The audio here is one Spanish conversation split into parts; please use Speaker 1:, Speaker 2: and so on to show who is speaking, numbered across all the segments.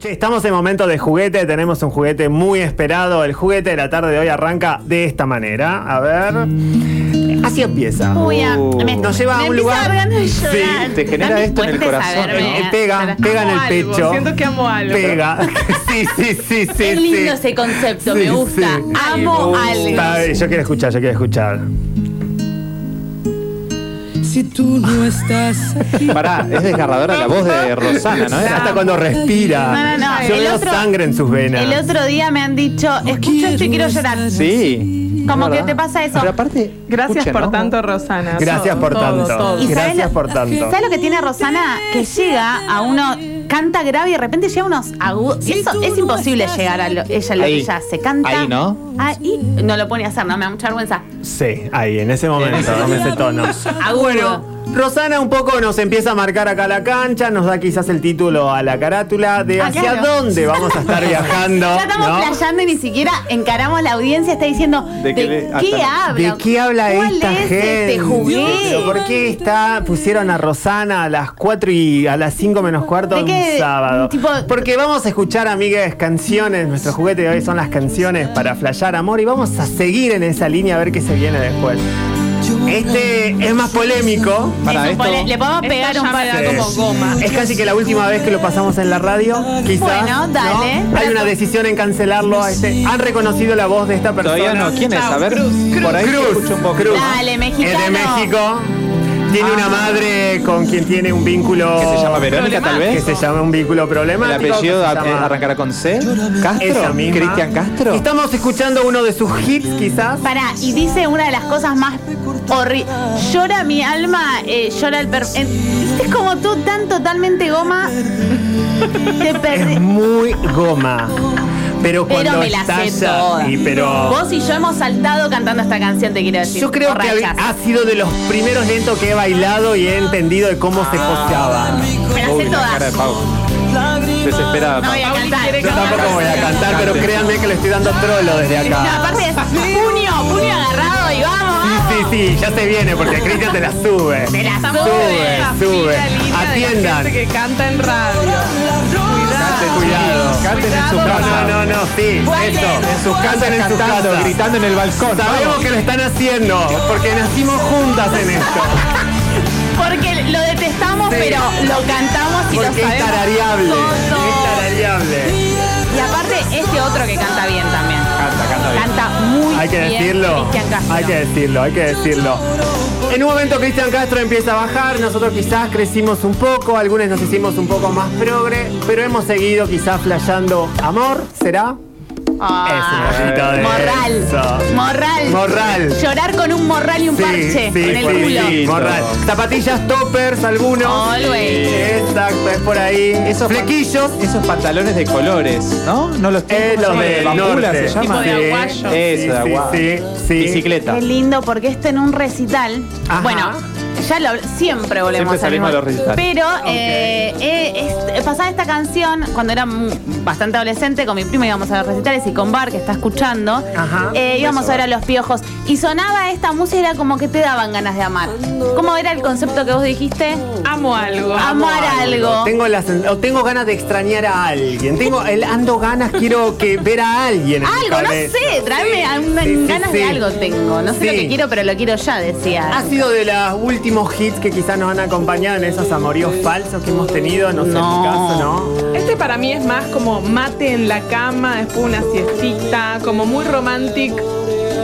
Speaker 1: Che, estamos en momento de juguete, tenemos un juguete muy esperado. El juguete de la tarde de hoy arranca de esta manera. A ver. Así empieza. Eh,
Speaker 2: Uy, a-
Speaker 3: Uh.
Speaker 2: me,
Speaker 1: Oh. Nos lleva a
Speaker 2: me
Speaker 1: un
Speaker 2: empieza
Speaker 1: lugar-
Speaker 2: a dar ganas de
Speaker 1: Sí,
Speaker 2: llorar.
Speaker 3: te genera
Speaker 2: Dame
Speaker 3: esto en el
Speaker 2: fuentes a
Speaker 3: corazón.
Speaker 2: verme,
Speaker 1: Eh,
Speaker 2: a-
Speaker 1: pega,
Speaker 2: para-
Speaker 1: pega en
Speaker 4: Amo
Speaker 1: el
Speaker 4: algo,
Speaker 1: pecho.
Speaker 4: Siento que amo algo.
Speaker 1: Pega. Sí, sí, sí, sí.
Speaker 2: Qué lindo
Speaker 1: sí.
Speaker 2: ese concepto,
Speaker 1: Sí,
Speaker 2: me gusta.
Speaker 1: sí.
Speaker 2: Amo
Speaker 3: Ay, me
Speaker 2: algo.
Speaker 1: Está bien, yo quiero escuchar, yo quiero escuchar.
Speaker 5: Si tú no estás aquí.
Speaker 3: Pará, es desgarradora la voz de Rosana, ¿no? Era?
Speaker 1: Hasta cuando respira.
Speaker 2: No, no, no,
Speaker 1: Yo
Speaker 2: el
Speaker 1: veo
Speaker 2: otro-
Speaker 1: sangre en sus venas.
Speaker 2: El otro día me han dicho, escucho esto y quiero llorar.
Speaker 3: Sí.
Speaker 2: Como
Speaker 3: Es
Speaker 2: que
Speaker 3: verdad.
Speaker 2: te pasa eso.
Speaker 3: Pero aparte,
Speaker 4: Gracias
Speaker 3: escuchen,
Speaker 4: por
Speaker 3: ¿no?
Speaker 4: tanto, Rosana.
Speaker 1: Gracias
Speaker 4: Todo,
Speaker 1: por
Speaker 4: todo,
Speaker 1: tanto.
Speaker 4: todo.
Speaker 2: Y sabes
Speaker 1: Gracias
Speaker 2: lo-
Speaker 1: por tanto.
Speaker 2: ¿Sabes lo que tiene Rosana? Que llega a uno, canta grave y de repente llega a unos agudos. Eso es imposible llegar a lo, ella lo que
Speaker 3: Ahí.
Speaker 2: ella hace. Canta.
Speaker 3: Ahí, ¿no?
Speaker 2: Ahí no lo pone a hacer, no me da mucha vergüenza.
Speaker 1: Sí, ahí, en ese momento, con ese tono.
Speaker 2: Agudo.
Speaker 1: Bueno, Rosana un poco nos empieza a marcar acá la cancha, nos da quizás el título a la carátula de
Speaker 2: Ah,
Speaker 1: hacia
Speaker 2: claro.
Speaker 1: dónde vamos a estar viajando.
Speaker 2: ya estamos
Speaker 1: ¿no?
Speaker 2: playando y ni siquiera encaramos la audiencia, está diciendo de,
Speaker 3: ¿De qué le-
Speaker 2: qué
Speaker 3: hasta-
Speaker 2: habla.
Speaker 1: ¿De qué habla
Speaker 2: ¿Cuál
Speaker 1: esta
Speaker 2: es
Speaker 1: gente?
Speaker 2: Este
Speaker 1: Pero
Speaker 2: juguete?
Speaker 1: ¿Por qué está, pusieron a Rosana a las 4 y a las 5 menos cuarto
Speaker 2: ¿De qué?
Speaker 1: un sábado?
Speaker 2: Tipo-
Speaker 1: Porque vamos a escuchar, amigas, canciones. Nuestro juguete de hoy son las canciones para flashear amor y vamos a seguir en esa línea a ver qué se viene después. Este es más polémico.
Speaker 3: Para
Speaker 2: Eso,
Speaker 3: esto,
Speaker 2: ponle- le podemos
Speaker 4: Esto
Speaker 2: pegar
Speaker 4: ya
Speaker 2: un
Speaker 4: me
Speaker 2: par
Speaker 4: da
Speaker 2: de
Speaker 1: Sí.
Speaker 4: como goma.
Speaker 1: Es casi que la última vez que lo pasamos en la radio, quizás.
Speaker 2: Bueno,
Speaker 1: ¿no?
Speaker 2: dale.
Speaker 1: Hay una decisión en cancelarlo. a este. Han reconocido la voz de esta persona.
Speaker 3: todavía no. ¿Quién es?
Speaker 4: Chao,
Speaker 3: A ver,
Speaker 4: Cruz,
Speaker 3: por ahí
Speaker 1: Cruz,
Speaker 3: se escucha un poco.
Speaker 1: Cruz.
Speaker 2: Dale, mexicano.
Speaker 1: Es de México. Tiene
Speaker 2: Ah.
Speaker 1: una madre con quien tiene un vínculo.
Speaker 3: Que se llama Verónica, tal
Speaker 1: Que
Speaker 3: vez.
Speaker 1: se llama un vínculo
Speaker 3: El
Speaker 1: problemático.
Speaker 3: apellido
Speaker 1: que se
Speaker 3: a- eh,
Speaker 1: llama-
Speaker 3: arrancará con C.
Speaker 1: Esa
Speaker 3: Castro.
Speaker 1: misma.
Speaker 3: Cristian Castro.
Speaker 1: Estamos escuchando uno de sus hits, quizás.
Speaker 2: Pará, y dice una de las cosas más horribles. Llora mi alma, eh, llora el per. eh, ¿viste? es como tú, tan totalmente goma. Te
Speaker 1: Es
Speaker 2: perdí.
Speaker 1: muy goma. Pero cuando
Speaker 2: Pero me la sé
Speaker 1: estalla-
Speaker 2: toda.
Speaker 1: y pero
Speaker 2: Vos y yo hemos saltado cantando esta canción, te quiero decir.
Speaker 1: Yo creo que
Speaker 2: Borrachas.
Speaker 1: ha sido de los primeros lentos que he bailado y he entendido de cómo se poseaba.
Speaker 2: Me la
Speaker 3: Uy,
Speaker 2: sé
Speaker 3: la cara de
Speaker 2: todas.
Speaker 3: Pau. Desesperada.
Speaker 2: No voy a
Speaker 3: Pau.
Speaker 2: cantar.
Speaker 4: quiere
Speaker 1: Yo tampoco voy a cantar, pero créanme que le estoy dando trolo desde
Speaker 2: No,
Speaker 1: acá.
Speaker 2: aparte es puño, puño agarrado y vamos,
Speaker 1: Sí,
Speaker 2: vamos.
Speaker 1: sí, sí, ya se viene porque Cristian te la sube.
Speaker 2: Te la
Speaker 4: Estamos
Speaker 2: sube.
Speaker 4: en esa
Speaker 1: sube.
Speaker 4: fila linda de la
Speaker 1: Atiendan.
Speaker 4: gente que canta en radio.
Speaker 1: Cuidado.
Speaker 3: Canten en su
Speaker 4: Cuidado,
Speaker 3: casa.
Speaker 1: No, no, no, sí.
Speaker 2: ¿Cuál
Speaker 1: Eso.
Speaker 2: es?
Speaker 1: En sus casas, en sus
Speaker 3: Cantando,
Speaker 1: casas.
Speaker 3: gritando en el balcón.
Speaker 1: Sabemos
Speaker 3: Vamos.
Speaker 1: que lo están haciendo porque nacimos juntas en esto.
Speaker 2: Porque lo detestamos, pero lo cantamos y lo
Speaker 1: Porque es
Speaker 2: sabemos.
Speaker 1: tarareable.
Speaker 2: todos.
Speaker 1: Es tarareable.
Speaker 2: Y aparte, este otro que canta bien también.
Speaker 3: Canta, canta bien.
Speaker 2: Canta muy bien.
Speaker 1: Hay que decirlo.
Speaker 2: Cristian Castro.
Speaker 1: Hay que decirlo, hay que decirlo. En un momento Cristian Castro empieza a bajar, nosotros quizás crecimos un poco, algunos nos hicimos un poco más progre, pero hemos seguido quizás flayando amor, ¿será?
Speaker 2: Ah,
Speaker 1: Es un poquito de
Speaker 2: morral.
Speaker 1: eso.
Speaker 2: Morral.
Speaker 1: Morral.
Speaker 2: Llorar con un morral y un parche en el
Speaker 1: sí,
Speaker 2: culo.
Speaker 1: sí, morral. Zapatillas toppers, algunos.
Speaker 2: Always.
Speaker 1: Exacto, es por ahí.
Speaker 3: Esos
Speaker 1: flequillos.
Speaker 3: pan- Esos pantalones de colores, ¿no? No los
Speaker 1: Es
Speaker 3: tienen.
Speaker 1: los
Speaker 3: ¿no?
Speaker 1: del
Speaker 3: Bambula
Speaker 1: norte.
Speaker 3: se llama.
Speaker 4: Tipo de
Speaker 1: Sí,
Speaker 4: aguayo.
Speaker 1: sí,
Speaker 3: Eso, de
Speaker 1: sí,
Speaker 3: aguayo.
Speaker 1: sí, sí.
Speaker 3: Bicicleta.
Speaker 2: Qué lindo, porque esto en un recital.
Speaker 1: Ajá.
Speaker 2: Bueno, ya lo, siempre volvemos
Speaker 3: Siempre salimos
Speaker 2: al mismo-
Speaker 3: a los recitales.
Speaker 2: Pero eh, eh, es- pasaba esta canción cuando era mm, bastante adolescente, con mi prima íbamos a los recitales y con Bar, que está escuchando,
Speaker 1: Ajá.
Speaker 2: eh, íbamos a ver a los piojos. Y sonaba esta música y era como que te daban ganas de amar. ¿Cómo era el concepto que vos dijiste?
Speaker 4: Amo algo.
Speaker 2: Amar algo.
Speaker 1: Tengo, la sen- o tengo ganas de extrañar a alguien. Tengo el ando ganas, quiero que ver a alguien. en mi
Speaker 2: Algo, no
Speaker 1: cabeza.
Speaker 2: sé, tráeme alguna-
Speaker 1: Sí, sí,
Speaker 2: ganas
Speaker 1: sí.
Speaker 2: de algo tengo. No sé lo
Speaker 1: Sí. Ah,
Speaker 2: que quiero, pero lo quiero ya, decía.
Speaker 1: Ha sido de los últimos hits que quizás nos han acompañado en esos amoríos falsos que hemos tenido, no sé, en
Speaker 2: No.
Speaker 1: mi caso, ¿no?
Speaker 4: Este para mí es más como mate en la cama, después una siestita, como muy romántico.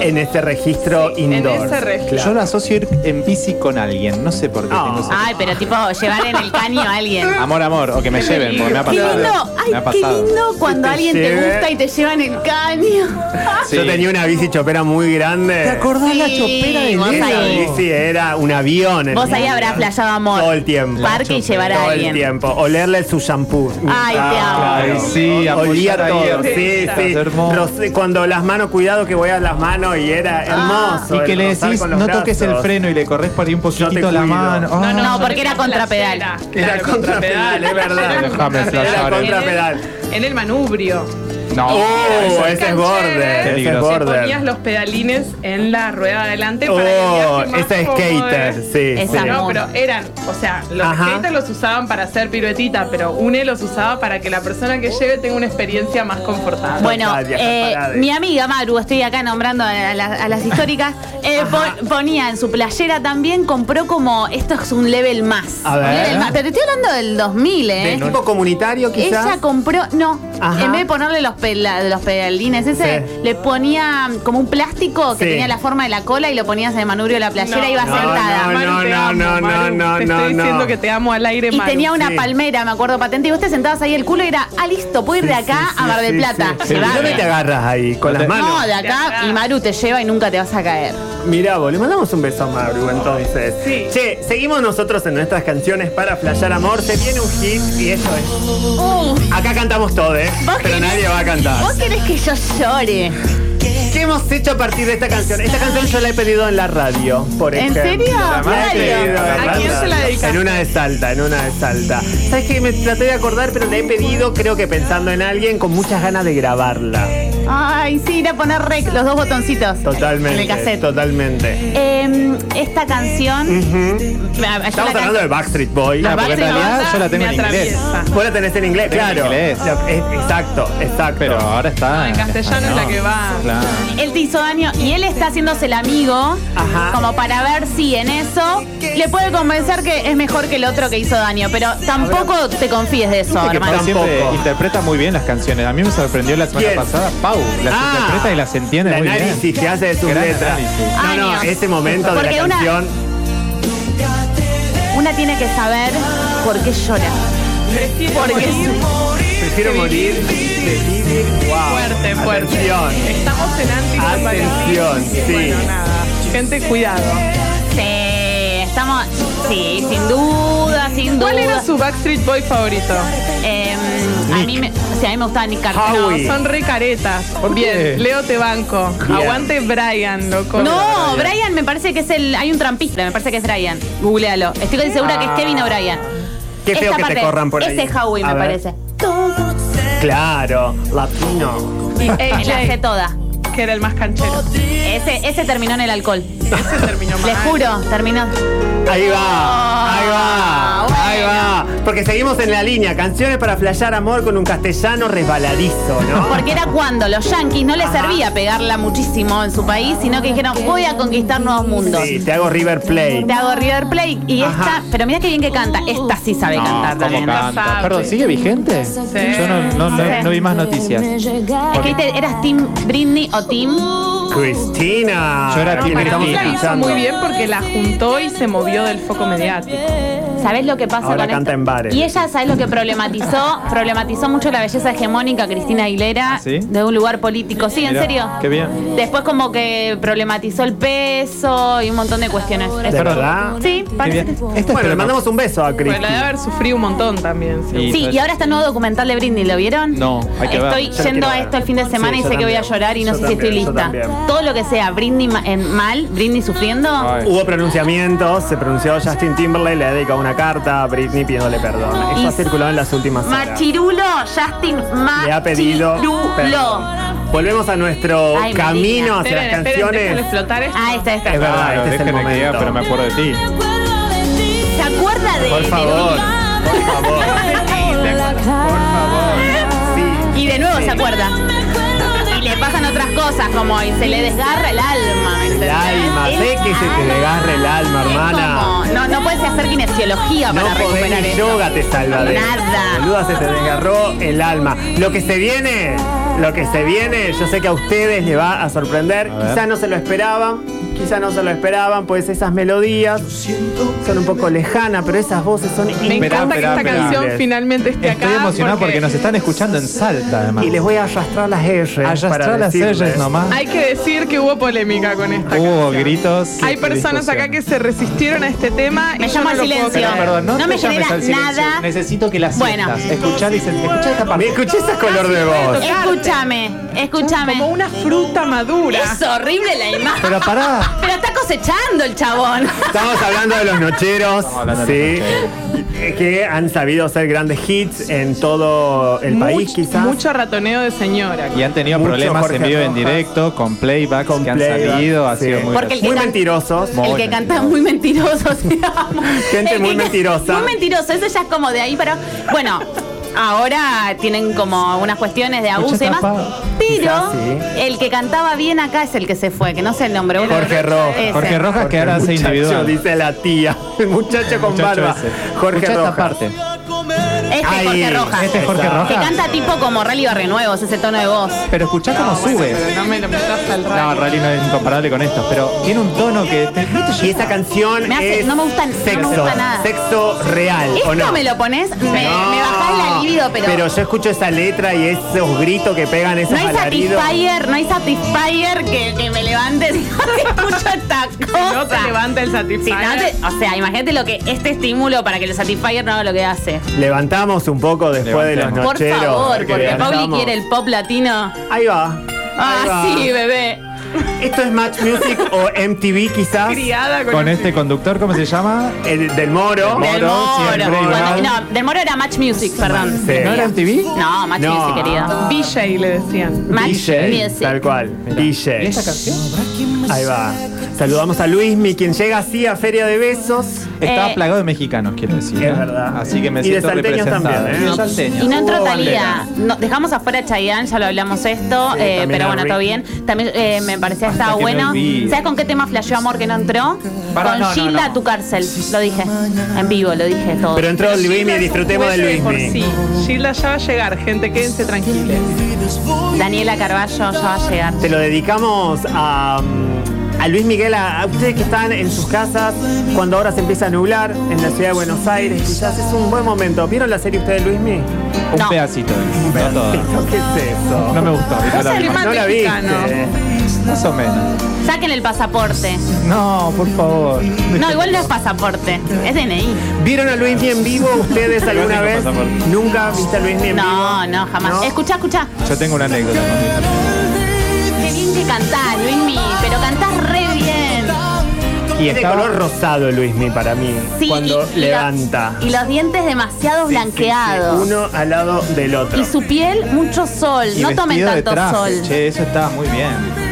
Speaker 1: En este registro
Speaker 4: Sí, en
Speaker 1: indoor.
Speaker 4: ese registro.
Speaker 1: Claro.
Speaker 3: Yo lo asocio ir en bici con alguien. No sé por qué
Speaker 1: Ah.
Speaker 3: tengo esa-
Speaker 2: Ay, pero tipo llevar en el caño a alguien.
Speaker 3: Amor, amor, o que me lleven, porque me ha
Speaker 2: Qué
Speaker 3: pasado.
Speaker 2: lindo, ay,
Speaker 3: me ha
Speaker 2: qué
Speaker 3: pasado.
Speaker 2: lindo
Speaker 1: Que
Speaker 2: cuando
Speaker 1: te
Speaker 2: alguien te
Speaker 1: lleve.
Speaker 2: gusta y te llevan el caño.
Speaker 3: Sí.
Speaker 1: Yo tenía una bici chopera muy grande. ¿Te
Speaker 2: acordás la chopera de vos
Speaker 1: Esa
Speaker 2: ahí.
Speaker 1: bici era un avión. en
Speaker 2: Vos
Speaker 1: mi
Speaker 2: ahí
Speaker 1: vida.
Speaker 2: habrás flasheado amor.
Speaker 1: Todo el tiempo.
Speaker 2: Parque y llevar a
Speaker 1: Todo el
Speaker 2: alguien.
Speaker 1: tiempo. Ah, Olerle su shampoo.
Speaker 2: Ay, te amo.
Speaker 3: Ay, sí,
Speaker 1: O- olía
Speaker 3: apoyar ahí,
Speaker 1: todo. Sí,
Speaker 3: hermosa.
Speaker 1: sí.
Speaker 3: Hermoso.
Speaker 1: Ros- cuando las manos, cuidado que voy a las manos y
Speaker 2: Ah.
Speaker 1: era hermoso.
Speaker 3: Y que
Speaker 1: el
Speaker 3: le
Speaker 1: rozar
Speaker 3: decís,
Speaker 1: con los
Speaker 3: no toques el
Speaker 1: brazos.
Speaker 3: freno y le corres por ahí un
Speaker 1: Yo
Speaker 3: poquitito
Speaker 1: te
Speaker 3: la
Speaker 1: cuido.
Speaker 3: mano. Ah.
Speaker 2: no,
Speaker 4: yo
Speaker 2: porque
Speaker 4: le
Speaker 2: era
Speaker 4: canto la
Speaker 2: contrapedal.
Speaker 4: cera.
Speaker 1: Era
Speaker 4: Claro,
Speaker 1: contrapedal, es verdad.
Speaker 3: Déjame
Speaker 1: Era
Speaker 3: flashear.
Speaker 1: contrapedal.
Speaker 4: En el manubrio.
Speaker 3: No.
Speaker 1: Oh,
Speaker 4: Eran
Speaker 1: ese es
Speaker 4: cancheros.
Speaker 1: border. Ese es
Speaker 3: Peligroso.
Speaker 4: Te ponías
Speaker 1: border.
Speaker 4: los pedalines en la rueda de adelante para
Speaker 1: Oh,
Speaker 4: que viaje más
Speaker 1: esa es
Speaker 4: cómodo.
Speaker 2: ¿eh?
Speaker 4: ¿eh?
Speaker 1: skater, sí.
Speaker 2: Esa
Speaker 1: sí.
Speaker 4: No, pero eran, o sea, los
Speaker 1: Ajá.
Speaker 4: skaters los usaban para hacer piruetitas, pero UNE los usaba para que la persona que lleve tenga una experiencia más confortable.
Speaker 2: Bueno,
Speaker 1: Varias
Speaker 2: eh,
Speaker 1: caparadas.
Speaker 2: mi amiga Maru, estoy acá nombrando a, la- a las históricas, eh, pon- ponía en su playera también, compró como, esto es un level más.
Speaker 1: A ver.
Speaker 2: Un level más. Pero estoy hablando del 2000,
Speaker 1: ¿De
Speaker 2: ¿eh?
Speaker 1: tipo comunitario quizás?
Speaker 2: Ella compró, no,
Speaker 1: Ajá.
Speaker 2: en vez de ponerle los, pela- los pedalines, ese
Speaker 1: Sí.
Speaker 2: le ponía como un plástico que
Speaker 1: Sí.
Speaker 2: tenía la forma de la cola y lo ponías en el manubrio de la playera
Speaker 4: No,
Speaker 2: y iba
Speaker 4: no,
Speaker 2: sentada.
Speaker 1: no,
Speaker 4: Maru, te
Speaker 1: no,
Speaker 4: amo,
Speaker 1: no, no,
Speaker 4: Maru.
Speaker 1: no,
Speaker 4: Te
Speaker 1: no,
Speaker 4: estoy
Speaker 1: no.
Speaker 4: diciendo que te amo al aire,
Speaker 2: Y
Speaker 4: Maru.
Speaker 2: tenía una
Speaker 1: sí.
Speaker 2: palmera, me acuerdo patente, y vos te sentabas ahí el culo y era, ah, listo, puedo ir de
Speaker 1: Sí,
Speaker 2: acá
Speaker 1: sí,
Speaker 2: a Mar
Speaker 1: sí,
Speaker 2: del
Speaker 1: sí,
Speaker 2: Plata.
Speaker 1: sí.
Speaker 2: Se
Speaker 1: ¿Pero
Speaker 2: va.
Speaker 1: ¿Dónde te agarras ahí? ¿Con
Speaker 3: No
Speaker 1: las
Speaker 3: te-
Speaker 1: manos?
Speaker 2: No, de
Speaker 4: De
Speaker 2: acá
Speaker 4: acá.
Speaker 2: y Maru te lleva y nunca te vas a caer.
Speaker 1: Mirá vos, le mandamos un beso a Maru entonces.
Speaker 4: Sí.
Speaker 1: Che, seguimos nosotros en nuestras canciones para flashear amor. Se viene un hit y eso es. Acá cantamos todo, ¿eh?
Speaker 2: ¿Vos
Speaker 1: Pero
Speaker 2: querés-
Speaker 1: nadie va a cantar.
Speaker 2: Vos querés que yo llore.
Speaker 1: ¿Qué hemos hecho a partir de esta canción? Esta canción yo la he pedido en la radio, por
Speaker 2: ¿En
Speaker 1: ejemplo.
Speaker 2: serio?
Speaker 1: La
Speaker 2: ¿En
Speaker 1: he
Speaker 2: serio?
Speaker 1: pedido en
Speaker 4: ¿A quién
Speaker 1: radio.
Speaker 4: se la dedicaste?
Speaker 1: En una de Salta, en una de Salta. ¿Sabes qué? Me traté de acordar, pero la he pedido, creo que pensando en alguien, con muchas ganas de grabarla.
Speaker 2: Ay, sí, ir a poner rec, los dos botoncitos.
Speaker 1: Totalmente.
Speaker 2: En el cassette.
Speaker 1: Totalmente.
Speaker 2: Em, esta canción. Ah, yo la
Speaker 1: Estamos
Speaker 2: can-
Speaker 1: hablando de Backstreet Boy.
Speaker 2: La
Speaker 3: Ah, porque en
Speaker 2: Backstreet
Speaker 3: realidad
Speaker 2: Boys
Speaker 3: yo la tengo
Speaker 4: me
Speaker 3: en inglés.
Speaker 4: atraviesa.
Speaker 1: Vos la tenés en inglés,
Speaker 3: Tengo en
Speaker 1: claro.
Speaker 3: inglés.
Speaker 1: Lo- es- exacto, exacto.
Speaker 3: Pero ahora está.
Speaker 4: En castellano es la que va.
Speaker 3: Claro.
Speaker 2: Él te hizo daño y él está haciéndose el amigo.
Speaker 1: Ajá.
Speaker 2: Como para ver si en eso le puede convencer que es mejor que el otro que hizo daño. Pero tampoco te confíes de eso,
Speaker 1: Viste que
Speaker 2: hermano.
Speaker 3: Pau siempre
Speaker 1: Tampoco.
Speaker 3: interpreta muy bien las canciones. A mí me sorprendió la semana
Speaker 1: ¿Quién?
Speaker 3: pasada. Pau las
Speaker 1: Ah,
Speaker 3: interpreta y las entiende
Speaker 1: el
Speaker 3: muy bien.
Speaker 1: análisis que hace de sus
Speaker 3: Gran
Speaker 1: letras.
Speaker 3: análisis.
Speaker 1: No, no,
Speaker 2: Años.
Speaker 1: ese momento de
Speaker 2: Porque
Speaker 1: la
Speaker 2: una-
Speaker 1: canción.
Speaker 2: Una tiene que saber por qué llora. Porque
Speaker 1: Prefiero morir de vivir. Wow.
Speaker 4: Fuerte, fuerte.
Speaker 1: Atención.
Speaker 4: Estamos en
Speaker 1: Atención,
Speaker 4: anticonvalencia,
Speaker 1: sí.
Speaker 4: Bueno, nada. Gente, cuidado.
Speaker 2: Sí, estamos. Sí, sin duda, sin duda.
Speaker 4: ¿Cuál era su Backstreet Boy favorito?
Speaker 2: Em, a, mí me, sí, a mí me gustaba Nick Carter.
Speaker 1: Howie. Sí.
Speaker 4: Son re caretas.
Speaker 3: ¿Por qué?
Speaker 4: Bien, Leo te banco.
Speaker 1: Bien.
Speaker 4: Aguante Brian, loco.
Speaker 2: No, Brian me parece que es el. Hay un trampista, me parece que es Brian. Googlealo. Estoy casi segura que es Kevin O'Brien.
Speaker 1: Ah. Qué feo
Speaker 2: Esta
Speaker 1: que te
Speaker 2: parte,
Speaker 1: corran por ahí.
Speaker 2: Ese es Howie,
Speaker 1: A
Speaker 2: me
Speaker 1: ver.
Speaker 2: parece.
Speaker 1: Claro, latino.
Speaker 4: Y
Speaker 2: Me eh, la sé
Speaker 4: AJ,
Speaker 2: toda.
Speaker 4: que era el más canchero.
Speaker 2: Ese, ese terminó en el alcohol.
Speaker 4: Ese terminó mal.
Speaker 2: Les juro, terminó.
Speaker 1: Ahí va, ahí
Speaker 4: Ah,
Speaker 1: va,
Speaker 2: bueno.
Speaker 1: ahí va. Porque seguimos en la línea. Canciones para flashear amor con un castellano resbaladizo, ¿no?
Speaker 2: Porque era cuando los yankees no les
Speaker 1: Ajá.
Speaker 2: servía pegarla muchísimo en su país, sino que dijeron, voy a conquistar nuevos mundos.
Speaker 1: Sí, te hago River Plate.
Speaker 2: Te hago River Plate y
Speaker 1: Ajá.
Speaker 2: esta, pero mira qué bien que canta. Esta sí sabe
Speaker 3: No,
Speaker 2: cantar
Speaker 3: ¿cómo
Speaker 2: también.
Speaker 4: canta?
Speaker 3: canta?
Speaker 4: Sabe.
Speaker 3: Perdón, ¿sigue vigente? Yo no, no- no-
Speaker 2: Sí.
Speaker 3: no vi más noticias.
Speaker 2: Es que viste, eras Team Britney o Team.
Speaker 1: Cristina.
Speaker 3: Yo era
Speaker 1: Lo
Speaker 4: No,
Speaker 1: que
Speaker 3: Team
Speaker 4: para
Speaker 1: estamos
Speaker 4: mí la hizo
Speaker 1: escuchando.
Speaker 4: muy bien porque la juntó y se movió del foco mediático.
Speaker 2: ¿Sabés lo que pasa
Speaker 1: Ahora
Speaker 2: con
Speaker 1: canta
Speaker 2: esto?
Speaker 1: en bares.
Speaker 2: Y ella, ¿sabés lo que problematizó? problematizó mucho la belleza hegemónica Cristina Aguilera
Speaker 3: ¿Ah, sí?
Speaker 2: de un lugar político. Sí, en
Speaker 3: Mirá,
Speaker 2: serio.
Speaker 3: Qué bien.
Speaker 2: Después como que problematizó el peso y un montón de cuestiones.
Speaker 1: ¿De
Speaker 3: Perdón.
Speaker 1: verdad?
Speaker 2: Sí,
Speaker 3: Qué
Speaker 2: parece
Speaker 3: bien.
Speaker 2: que sí.
Speaker 3: Este es
Speaker 1: Bueno, le
Speaker 3: tremendo.
Speaker 1: mandamos un beso a
Speaker 4: Pero la debe
Speaker 1: Cristina.
Speaker 4: haber sufrido un montón también. seguro.
Speaker 2: Sí, y ahora está el nuevo documental de Britney, ¿lo vieron?
Speaker 3: No, hay que ver.
Speaker 2: Estoy
Speaker 1: Yo lo
Speaker 2: yendo
Speaker 1: quiero
Speaker 2: a
Speaker 1: ver.
Speaker 2: esto el fin de semana
Speaker 1: Sí,
Speaker 2: y
Speaker 1: yo
Speaker 2: sé que voy a
Speaker 1: también.
Speaker 2: llorar y
Speaker 1: Yo
Speaker 2: no sé si
Speaker 1: también,
Speaker 2: estoy
Speaker 1: yo
Speaker 2: lista.
Speaker 1: también.
Speaker 2: Todo lo que sea Britney ma- en mal, Britney sufriendo.
Speaker 3: Ay.
Speaker 1: Hubo pronunciamientos, se pronunció Justin Timberlake, le ha dedicado una carta a Britney pidiéndole perdón. Eso
Speaker 2: Y
Speaker 1: ha circulado en las úlmas horas.
Speaker 2: Machirulo, Justin Machirulo.
Speaker 1: Le ha pedido perdón. Volvemos a nuestro
Speaker 2: Ay, me
Speaker 1: camino
Speaker 2: indigna.
Speaker 1: hacia las
Speaker 4: Esperen, esperen, déjenlo
Speaker 1: canciones.
Speaker 4: explotar esto.
Speaker 2: Ah, esta, esta.
Speaker 1: Es verdad,
Speaker 3: Claro,
Speaker 1: este es el
Speaker 3: déjenme que diga,
Speaker 1: momento.
Speaker 3: pero me acuerdo de ti.
Speaker 2: ¿Se acuerda de
Speaker 1: Por
Speaker 2: de
Speaker 1: favor, por favor, por favor. Sí.
Speaker 2: Y de nuevo
Speaker 1: Sí.
Speaker 2: se acuerda. Y le pasan otras cosas, como y se le desgarra el alma. ¿me
Speaker 1: El
Speaker 2: entendés?
Speaker 1: alma,
Speaker 2: Es-
Speaker 1: sé que se te desgarre el alma,
Speaker 2: es como-
Speaker 1: hermana.
Speaker 2: no, no puedes hacer kinesiología
Speaker 1: No
Speaker 2: para
Speaker 1: podés
Speaker 2: recuperar
Speaker 1: ni
Speaker 2: eso.
Speaker 1: yoga te salva de
Speaker 2: Nada.
Speaker 1: Boluda, se te desgarró el alma. Lo que se viene, lo que se viene, yo sé que a ustedes les va a sorprender.
Speaker 3: ver.
Speaker 1: Quizá no se lo esperaban, quizá no se lo esperaban, pues esas melodías son un poco lejanas, pero esas voces son
Speaker 4: Me
Speaker 3: Esperá, esperá,
Speaker 4: encanta que esta
Speaker 3: esperá.
Speaker 4: canción finalmente esté acá.
Speaker 3: Estoy emocionado porque... nos están escuchando en Salta, además.
Speaker 1: Y les voy a arrastrar las R's. para
Speaker 3: Allastrar las
Speaker 1: decirles.
Speaker 3: sellas nomás.
Speaker 4: Hay que decir que hubo polémica con esta
Speaker 3: Hubo
Speaker 4: canción.
Speaker 3: gritos.
Speaker 4: Hay personas acá que se resistieron a este tema. y
Speaker 2: Me
Speaker 4: yo
Speaker 2: llamo
Speaker 4: no
Speaker 2: al
Speaker 4: lo puedo
Speaker 2: silencio.
Speaker 4: creer.
Speaker 3: Perdón, perdón, no,
Speaker 2: No
Speaker 3: te
Speaker 2: me
Speaker 3: llames
Speaker 2: genera
Speaker 3: al silencio.
Speaker 2: nada.
Speaker 3: Necesito que las
Speaker 2: Bueno.
Speaker 3: sientas. Escuchá, dicen, escuchá esta
Speaker 1: Me
Speaker 3: parte.
Speaker 1: escuché esa color de voz.
Speaker 2: Escúchame, escúchame.
Speaker 4: Como una fruta madura.
Speaker 2: Es horrible la imagen.
Speaker 3: Pero pará.
Speaker 2: Pero está cosechando el chabón.
Speaker 1: Estamos hablando de los nocheros.
Speaker 3: Estamos hablando
Speaker 1: sí.
Speaker 3: de los
Speaker 1: eh, que han sabido hacer grandes hits en todo el país,
Speaker 4: Much-
Speaker 1: quizás.
Speaker 4: Mucho ratoneo de señora.
Speaker 3: Y han tenido
Speaker 1: Mucho
Speaker 3: problemas
Speaker 1: Jorge
Speaker 3: en vivo en
Speaker 1: Rojas.
Speaker 3: directo, con playbacks
Speaker 1: Con
Speaker 3: que han
Speaker 1: playback,
Speaker 3: salido, ha
Speaker 1: sí.
Speaker 3: sido muy
Speaker 2: Porque el
Speaker 3: gracioso.
Speaker 2: que
Speaker 1: Muy
Speaker 2: can-
Speaker 1: mentirosos.
Speaker 2: El que canta es muy mentiroso. o sea,
Speaker 1: Gente
Speaker 2: el que
Speaker 1: muy
Speaker 2: can-
Speaker 1: mentirosa.
Speaker 2: Muy mentiroso, eso ya es como de ahí, pero bueno, ahora tienen como unas cuestiones de abuso y demás.
Speaker 3: tapa.
Speaker 1: Quizás
Speaker 2: Pero
Speaker 1: sí.
Speaker 2: el que cantaba bien acá es el que se fue, que no sé el nombre. uno-
Speaker 1: Jorge Rojas.
Speaker 2: Ese.
Speaker 3: Jorge Rojas que ahora hace
Speaker 1: Muchacho,
Speaker 3: individual.
Speaker 1: Dice la tía. El muchacho con
Speaker 3: Muchacho
Speaker 1: barba.
Speaker 3: ese.
Speaker 1: Jorge
Speaker 3: Escuchá esta
Speaker 1: Rojas.
Speaker 3: parte.
Speaker 2: Este
Speaker 1: Ahí,
Speaker 2: Jorge Rojas.
Speaker 3: este es Jorge
Speaker 2: Que
Speaker 3: Rojas.
Speaker 2: canta tipo como Rally Barrenuevos, ese tono de voz.
Speaker 3: Pero escuchá cómo sube.
Speaker 4: Pero no me lo metas al
Speaker 3: No,
Speaker 4: radio.
Speaker 3: Rally no es incomparable con esto, pero tiene un tono que te- no te
Speaker 1: Y
Speaker 3: llega.
Speaker 1: esa canción
Speaker 2: Me hace-
Speaker 1: es
Speaker 2: no me gusta- no me
Speaker 1: sexo,
Speaker 2: gusta nada.
Speaker 1: sexo real,
Speaker 2: Esto
Speaker 1: ¿o no?
Speaker 2: me lo pones, me,
Speaker 1: No.
Speaker 2: me bajás la libido, pero.
Speaker 1: yo escucho esa letra y esos gritos que pegan esos
Speaker 2: no hay
Speaker 1: alaridos.
Speaker 2: Satisfyer, no hay Satisfyer que, que me levante si no te escucho esta cosa.
Speaker 4: No te levanta el
Speaker 2: Si no
Speaker 4: satisfactorio.
Speaker 2: te- o sea, imagínate lo que este estímulo para que el Satisfyer no haga lo que hace.
Speaker 1: Levantamos un poco después de los
Speaker 3: Levantemos.
Speaker 2: Por
Speaker 1: nocheros.
Speaker 2: favor,
Speaker 1: que
Speaker 2: porque Pauli
Speaker 1: levantamos.
Speaker 2: quiere el pop latino.
Speaker 1: Ahí va. ahí
Speaker 2: Ah,
Speaker 1: va.
Speaker 2: sí, bebé.
Speaker 1: Esto es Match Music o MTV quizás.
Speaker 4: Criada con,
Speaker 3: Con
Speaker 4: este-
Speaker 3: este conductor, ¿cómo se llama?
Speaker 1: El del Moro.
Speaker 3: Del
Speaker 2: Del
Speaker 3: Moro,
Speaker 2: Moro.
Speaker 3: siempre
Speaker 2: Cuando-
Speaker 3: igual.
Speaker 2: no, del Moro era Match Music, perdón.
Speaker 1: Sí.
Speaker 3: ¿No era MTV?
Speaker 2: No, Match
Speaker 1: No.
Speaker 2: Music, querida.
Speaker 4: DJ le decían.
Speaker 2: Match
Speaker 3: DJ,
Speaker 2: Music.
Speaker 1: Tal cual. DJ.
Speaker 3: ¿Y esta canción?
Speaker 1: Ahí va. Saludamos a Luismi, quien llega así a Feria de Besos.
Speaker 3: Está
Speaker 2: Eh,
Speaker 3: plagado de mexicanos, quiero decir.
Speaker 1: es
Speaker 3: ¿eh?
Speaker 1: verdad.
Speaker 3: Así que me
Speaker 1: Y de
Speaker 3: siento
Speaker 1: salteños
Speaker 3: representado.
Speaker 1: también, ¿eh?
Speaker 3: Y de
Speaker 1: No.
Speaker 3: salteños.
Speaker 2: Y no entró
Speaker 1: Oh,
Speaker 3: Hubo
Speaker 2: Talía.
Speaker 3: banderas.
Speaker 2: No, dejamos afuera a Chayanne, ya lo hablamos esto,
Speaker 1: Sí,
Speaker 2: eh,
Speaker 1: también
Speaker 2: pero
Speaker 1: a
Speaker 2: bueno, todo
Speaker 1: Ricky.
Speaker 2: bien. También eh, me parecía
Speaker 3: Hasta
Speaker 2: estaba
Speaker 3: que me
Speaker 2: bueno.
Speaker 3: olvide.
Speaker 2: ¿Sabes con qué tema flasheó amor que no entró?
Speaker 3: Para,
Speaker 2: con
Speaker 3: no, no,
Speaker 2: Gilda
Speaker 3: no.
Speaker 2: tu cárcel, lo dije. En vivo, lo dije todo.
Speaker 1: Pero entró Luismi,
Speaker 4: Gilda es un
Speaker 1: disfrutemos de
Speaker 4: juez por
Speaker 1: Luismi.
Speaker 4: Sí, Gilda ya va a llegar, gente, quédense tranquilos.
Speaker 2: Daniela Carballo ya va a llegar.
Speaker 1: Te lo dedicamos a, mm, a Luis Miguel, a, a ustedes que están en sus casas, cuando ahora se empieza a nublar en la ciudad de Buenos Aires, quizás es un buen momento. ¿Vieron la serie ustedes, Luismi?
Speaker 3: Un
Speaker 2: No.
Speaker 3: pedacito. No todo.
Speaker 1: ¿Qué es
Speaker 3: No
Speaker 1: eso?
Speaker 3: me gustó. y no
Speaker 4: No
Speaker 3: la vi.
Speaker 4: salió mal.
Speaker 1: No la viste.
Speaker 4: Mexicano.
Speaker 3: Más o menos.
Speaker 2: Saquen el pasaporte.
Speaker 3: No, por favor.
Speaker 2: No, igual no es pasaporte, es DNI.
Speaker 1: ¿Vieron a Luismi en vivo ustedes alguna
Speaker 3: Igual
Speaker 1: vez?
Speaker 3: tengo pasaporte.
Speaker 1: ¿Nunca viste a Luismi en vivo?
Speaker 2: No, no, jamás.
Speaker 1: ¿No?
Speaker 2: Escucha, escucha.
Speaker 3: Yo tengo una anécdota. ¿no?
Speaker 2: Qué bien que cantás, Luismi, pero cantás re bien.
Speaker 3: Y
Speaker 1: Tiene
Speaker 3: estaba-
Speaker 1: color rosado Luismi para mí,
Speaker 2: Sí,
Speaker 1: cuando
Speaker 2: y- y
Speaker 1: levanta.
Speaker 2: los- Y los dientes demasiado blanqueados.
Speaker 1: Uno al lado del otro.
Speaker 2: Y su piel, mucho sol.
Speaker 3: y
Speaker 2: no tomen
Speaker 3: vestido de
Speaker 2: tanto
Speaker 3: traje.
Speaker 2: sol.
Speaker 3: Che, eso estaba muy bien.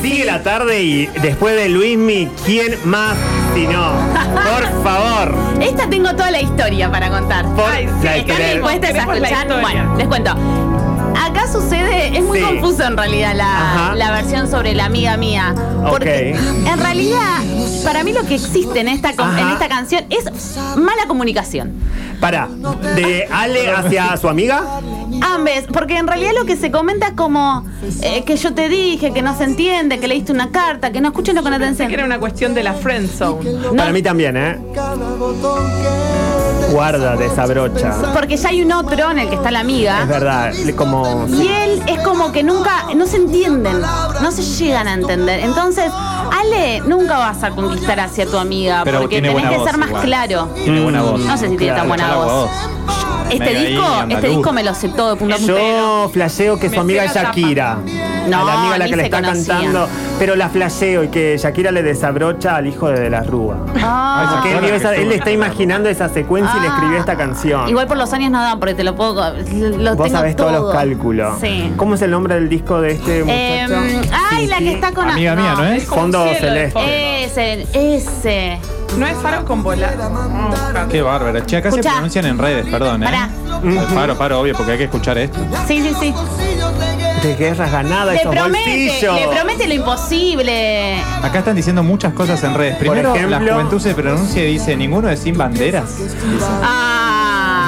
Speaker 1: Sigue la tarde y después de Luismi, ¿quién más si no? Por favor.
Speaker 2: Esta tengo toda la historia para contar.
Speaker 1: Por
Speaker 4: Ay, sí,
Speaker 1: la
Speaker 2: ¿Están
Speaker 1: historia.
Speaker 2: dispuestas a
Speaker 4: Queremos la
Speaker 2: escuchar?
Speaker 4: historia.
Speaker 2: Bueno, les cuento. Acá sucede, es muy
Speaker 1: Sí.
Speaker 2: confuso en realidad la,
Speaker 1: Ajá.
Speaker 2: la versión sobre la amiga mía. Porque en realidad, para mí lo que existe en esta, con- en
Speaker 1: Ajá.
Speaker 2: esta canción es mala comunicación.
Speaker 1: Pará, de Ale hacia su amiga.
Speaker 2: Ambes, porque en realidad lo que se comenta es como eh, que yo te dije, que no se entiende, que leíste una carta, que no escuchen con
Speaker 4: Pensé
Speaker 2: atención.
Speaker 4: que era una cuestión de la friend zone.
Speaker 2: No,
Speaker 1: Para mí también, ¿eh? Guarda de esa brocha.
Speaker 2: porque ya hay un otro en el que está la amiga.
Speaker 1: Es verdad, le- como.
Speaker 2: Y él es como que nunca, no se entienden, no se llegan a entender. Entonces, Ale, nunca vas a conquistar hacia tu amiga,
Speaker 3: Pero
Speaker 2: porque
Speaker 3: tiene
Speaker 2: tenés
Speaker 3: buena
Speaker 2: que
Speaker 3: voz
Speaker 2: ser más
Speaker 3: igual.
Speaker 2: claro.
Speaker 3: Tiene buena voz.
Speaker 2: No sé si tiene
Speaker 1: Claro,
Speaker 2: tan buena
Speaker 3: Escuchá la
Speaker 2: voz. Este
Speaker 3: Megaín,
Speaker 2: disco, este
Speaker 3: andaluz.
Speaker 2: disco me lo sé todo de punta a punta.
Speaker 1: Yo flasheo que su
Speaker 4: Me
Speaker 1: amiga es
Speaker 4: pega
Speaker 1: Shakira.
Speaker 2: No,
Speaker 1: a la amiga a la
Speaker 2: ni
Speaker 1: que le
Speaker 2: se
Speaker 1: está
Speaker 2: conocían.
Speaker 1: cantando. Pero la flasheo y que Shakira le desabrocha al hijo de, la Rúa.
Speaker 2: Ah.
Speaker 1: Porque él, vio esa- él le está imaginando esa secuencia y le escribió esta canción.
Speaker 2: Igual por los años no dan, porque te lo puedo. co- Lo
Speaker 1: Vos
Speaker 2: tengo
Speaker 1: sabés
Speaker 2: todo.
Speaker 1: todos los cálculos.
Speaker 2: Sí.
Speaker 1: ¿Cómo es el nombre del disco de este
Speaker 2: Eh,
Speaker 1: muchacho?
Speaker 2: ay, la que está con. a-
Speaker 3: Amiga mía, ¿no es?
Speaker 4: como un
Speaker 1: Fondo
Speaker 4: cielo de
Speaker 1: celeste.
Speaker 4: fondo.
Speaker 2: Eh. Ese, ese.
Speaker 4: No es faro con volada.
Speaker 3: Qué bárbaro. Che, acá
Speaker 2: Escuchá.
Speaker 3: se pronuncian en redes, perdón, ¿eh?
Speaker 2: Pará.
Speaker 3: Paro, paro, obvio, porque hay que escuchar esto.
Speaker 2: Sí, sí, sí.
Speaker 1: De guerras ganadas,
Speaker 2: Le
Speaker 1: esos
Speaker 2: promete,
Speaker 1: bolsillos.
Speaker 2: le promete lo imposible.
Speaker 3: Acá están diciendo muchas cosas en redes. Primero,
Speaker 1: ejemplo-
Speaker 3: la juventud se pronuncia y dice, ninguno es sin banderas. Dicen.
Speaker 2: Ah,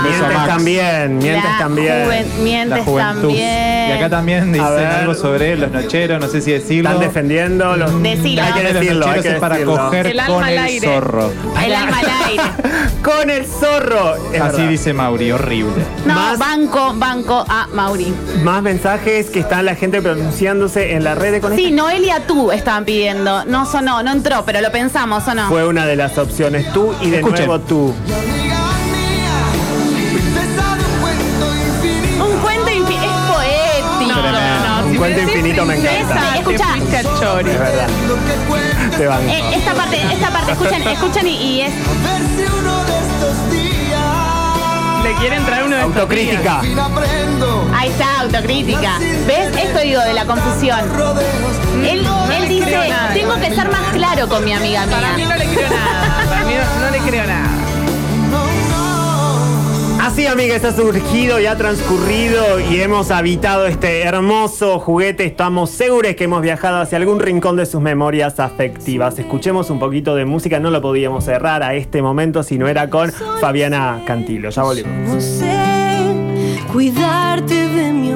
Speaker 3: Beso a
Speaker 1: Mientes
Speaker 3: Max.
Speaker 1: también, mientes
Speaker 2: la
Speaker 1: también.
Speaker 2: juven-
Speaker 3: La
Speaker 2: mientes
Speaker 3: juventud.
Speaker 2: también.
Speaker 3: Y acá también dicen
Speaker 1: ver.
Speaker 3: algo sobre los nocheros, no sé si decirlo.
Speaker 1: Están defendiendo los.
Speaker 2: Decilo.
Speaker 1: Hay que
Speaker 3: Los
Speaker 1: decirlo, hay
Speaker 3: nocheros
Speaker 1: que
Speaker 3: es para
Speaker 1: decirlo.
Speaker 3: coger
Speaker 4: El alma
Speaker 3: con
Speaker 4: al
Speaker 3: el
Speaker 4: aire.
Speaker 3: zorro.
Speaker 2: El alma al aire.
Speaker 1: Con el zorro. Es
Speaker 3: Así
Speaker 1: verdad.
Speaker 3: dice Mauri, horrible.
Speaker 2: No,
Speaker 1: Más-
Speaker 2: banco, banco a Mauri.
Speaker 1: Más mensajes que están la gente pronunciándose en la red de con
Speaker 2: Sí,
Speaker 1: este-
Speaker 2: Noelia tú estaban pidiendo. No sonó, no entró, pero lo pensamos, ¿o no?
Speaker 1: Fue una de las opciones. Tú y de
Speaker 3: Escuchen.
Speaker 1: nuevo tú.
Speaker 2: Un cuento infi- es poético.
Speaker 4: No, no, no.
Speaker 1: Un
Speaker 4: Si
Speaker 1: cuento
Speaker 4: me decís
Speaker 1: infinito me encanta.
Speaker 4: princesa, te
Speaker 2: Escuchá.
Speaker 4: fuiste a Chori.
Speaker 1: Es verdad. Te banco.
Speaker 2: Eh, esta parte, esta parte, escuchen, escuchen y, y es.
Speaker 6: Verse uno de estos días.
Speaker 4: le quiere entrar uno de estos días.
Speaker 1: Autocrítica.
Speaker 2: Ahí está, autocrítica. ¿Ves? Esto digo de la confusión. Él, él dice,
Speaker 4: creo nada.
Speaker 2: tengo que ser más claro con mi amiga
Speaker 4: Para mí
Speaker 2: mía.
Speaker 4: no le creo nada. Para mí no, no le creo nada.
Speaker 1: Así, amigas, ha surgido y ha transcurrido y hemos habitado este hermoso juguete. Estamos seguros que hemos viajado hacia algún rincón de sus memorias afectivas. Escuchemos un poquito de música, no lo podíamos cerrar a este momento si no era con Fabiana Cantilo. Ya volvemos.
Speaker 6: No sé cuidarte de mi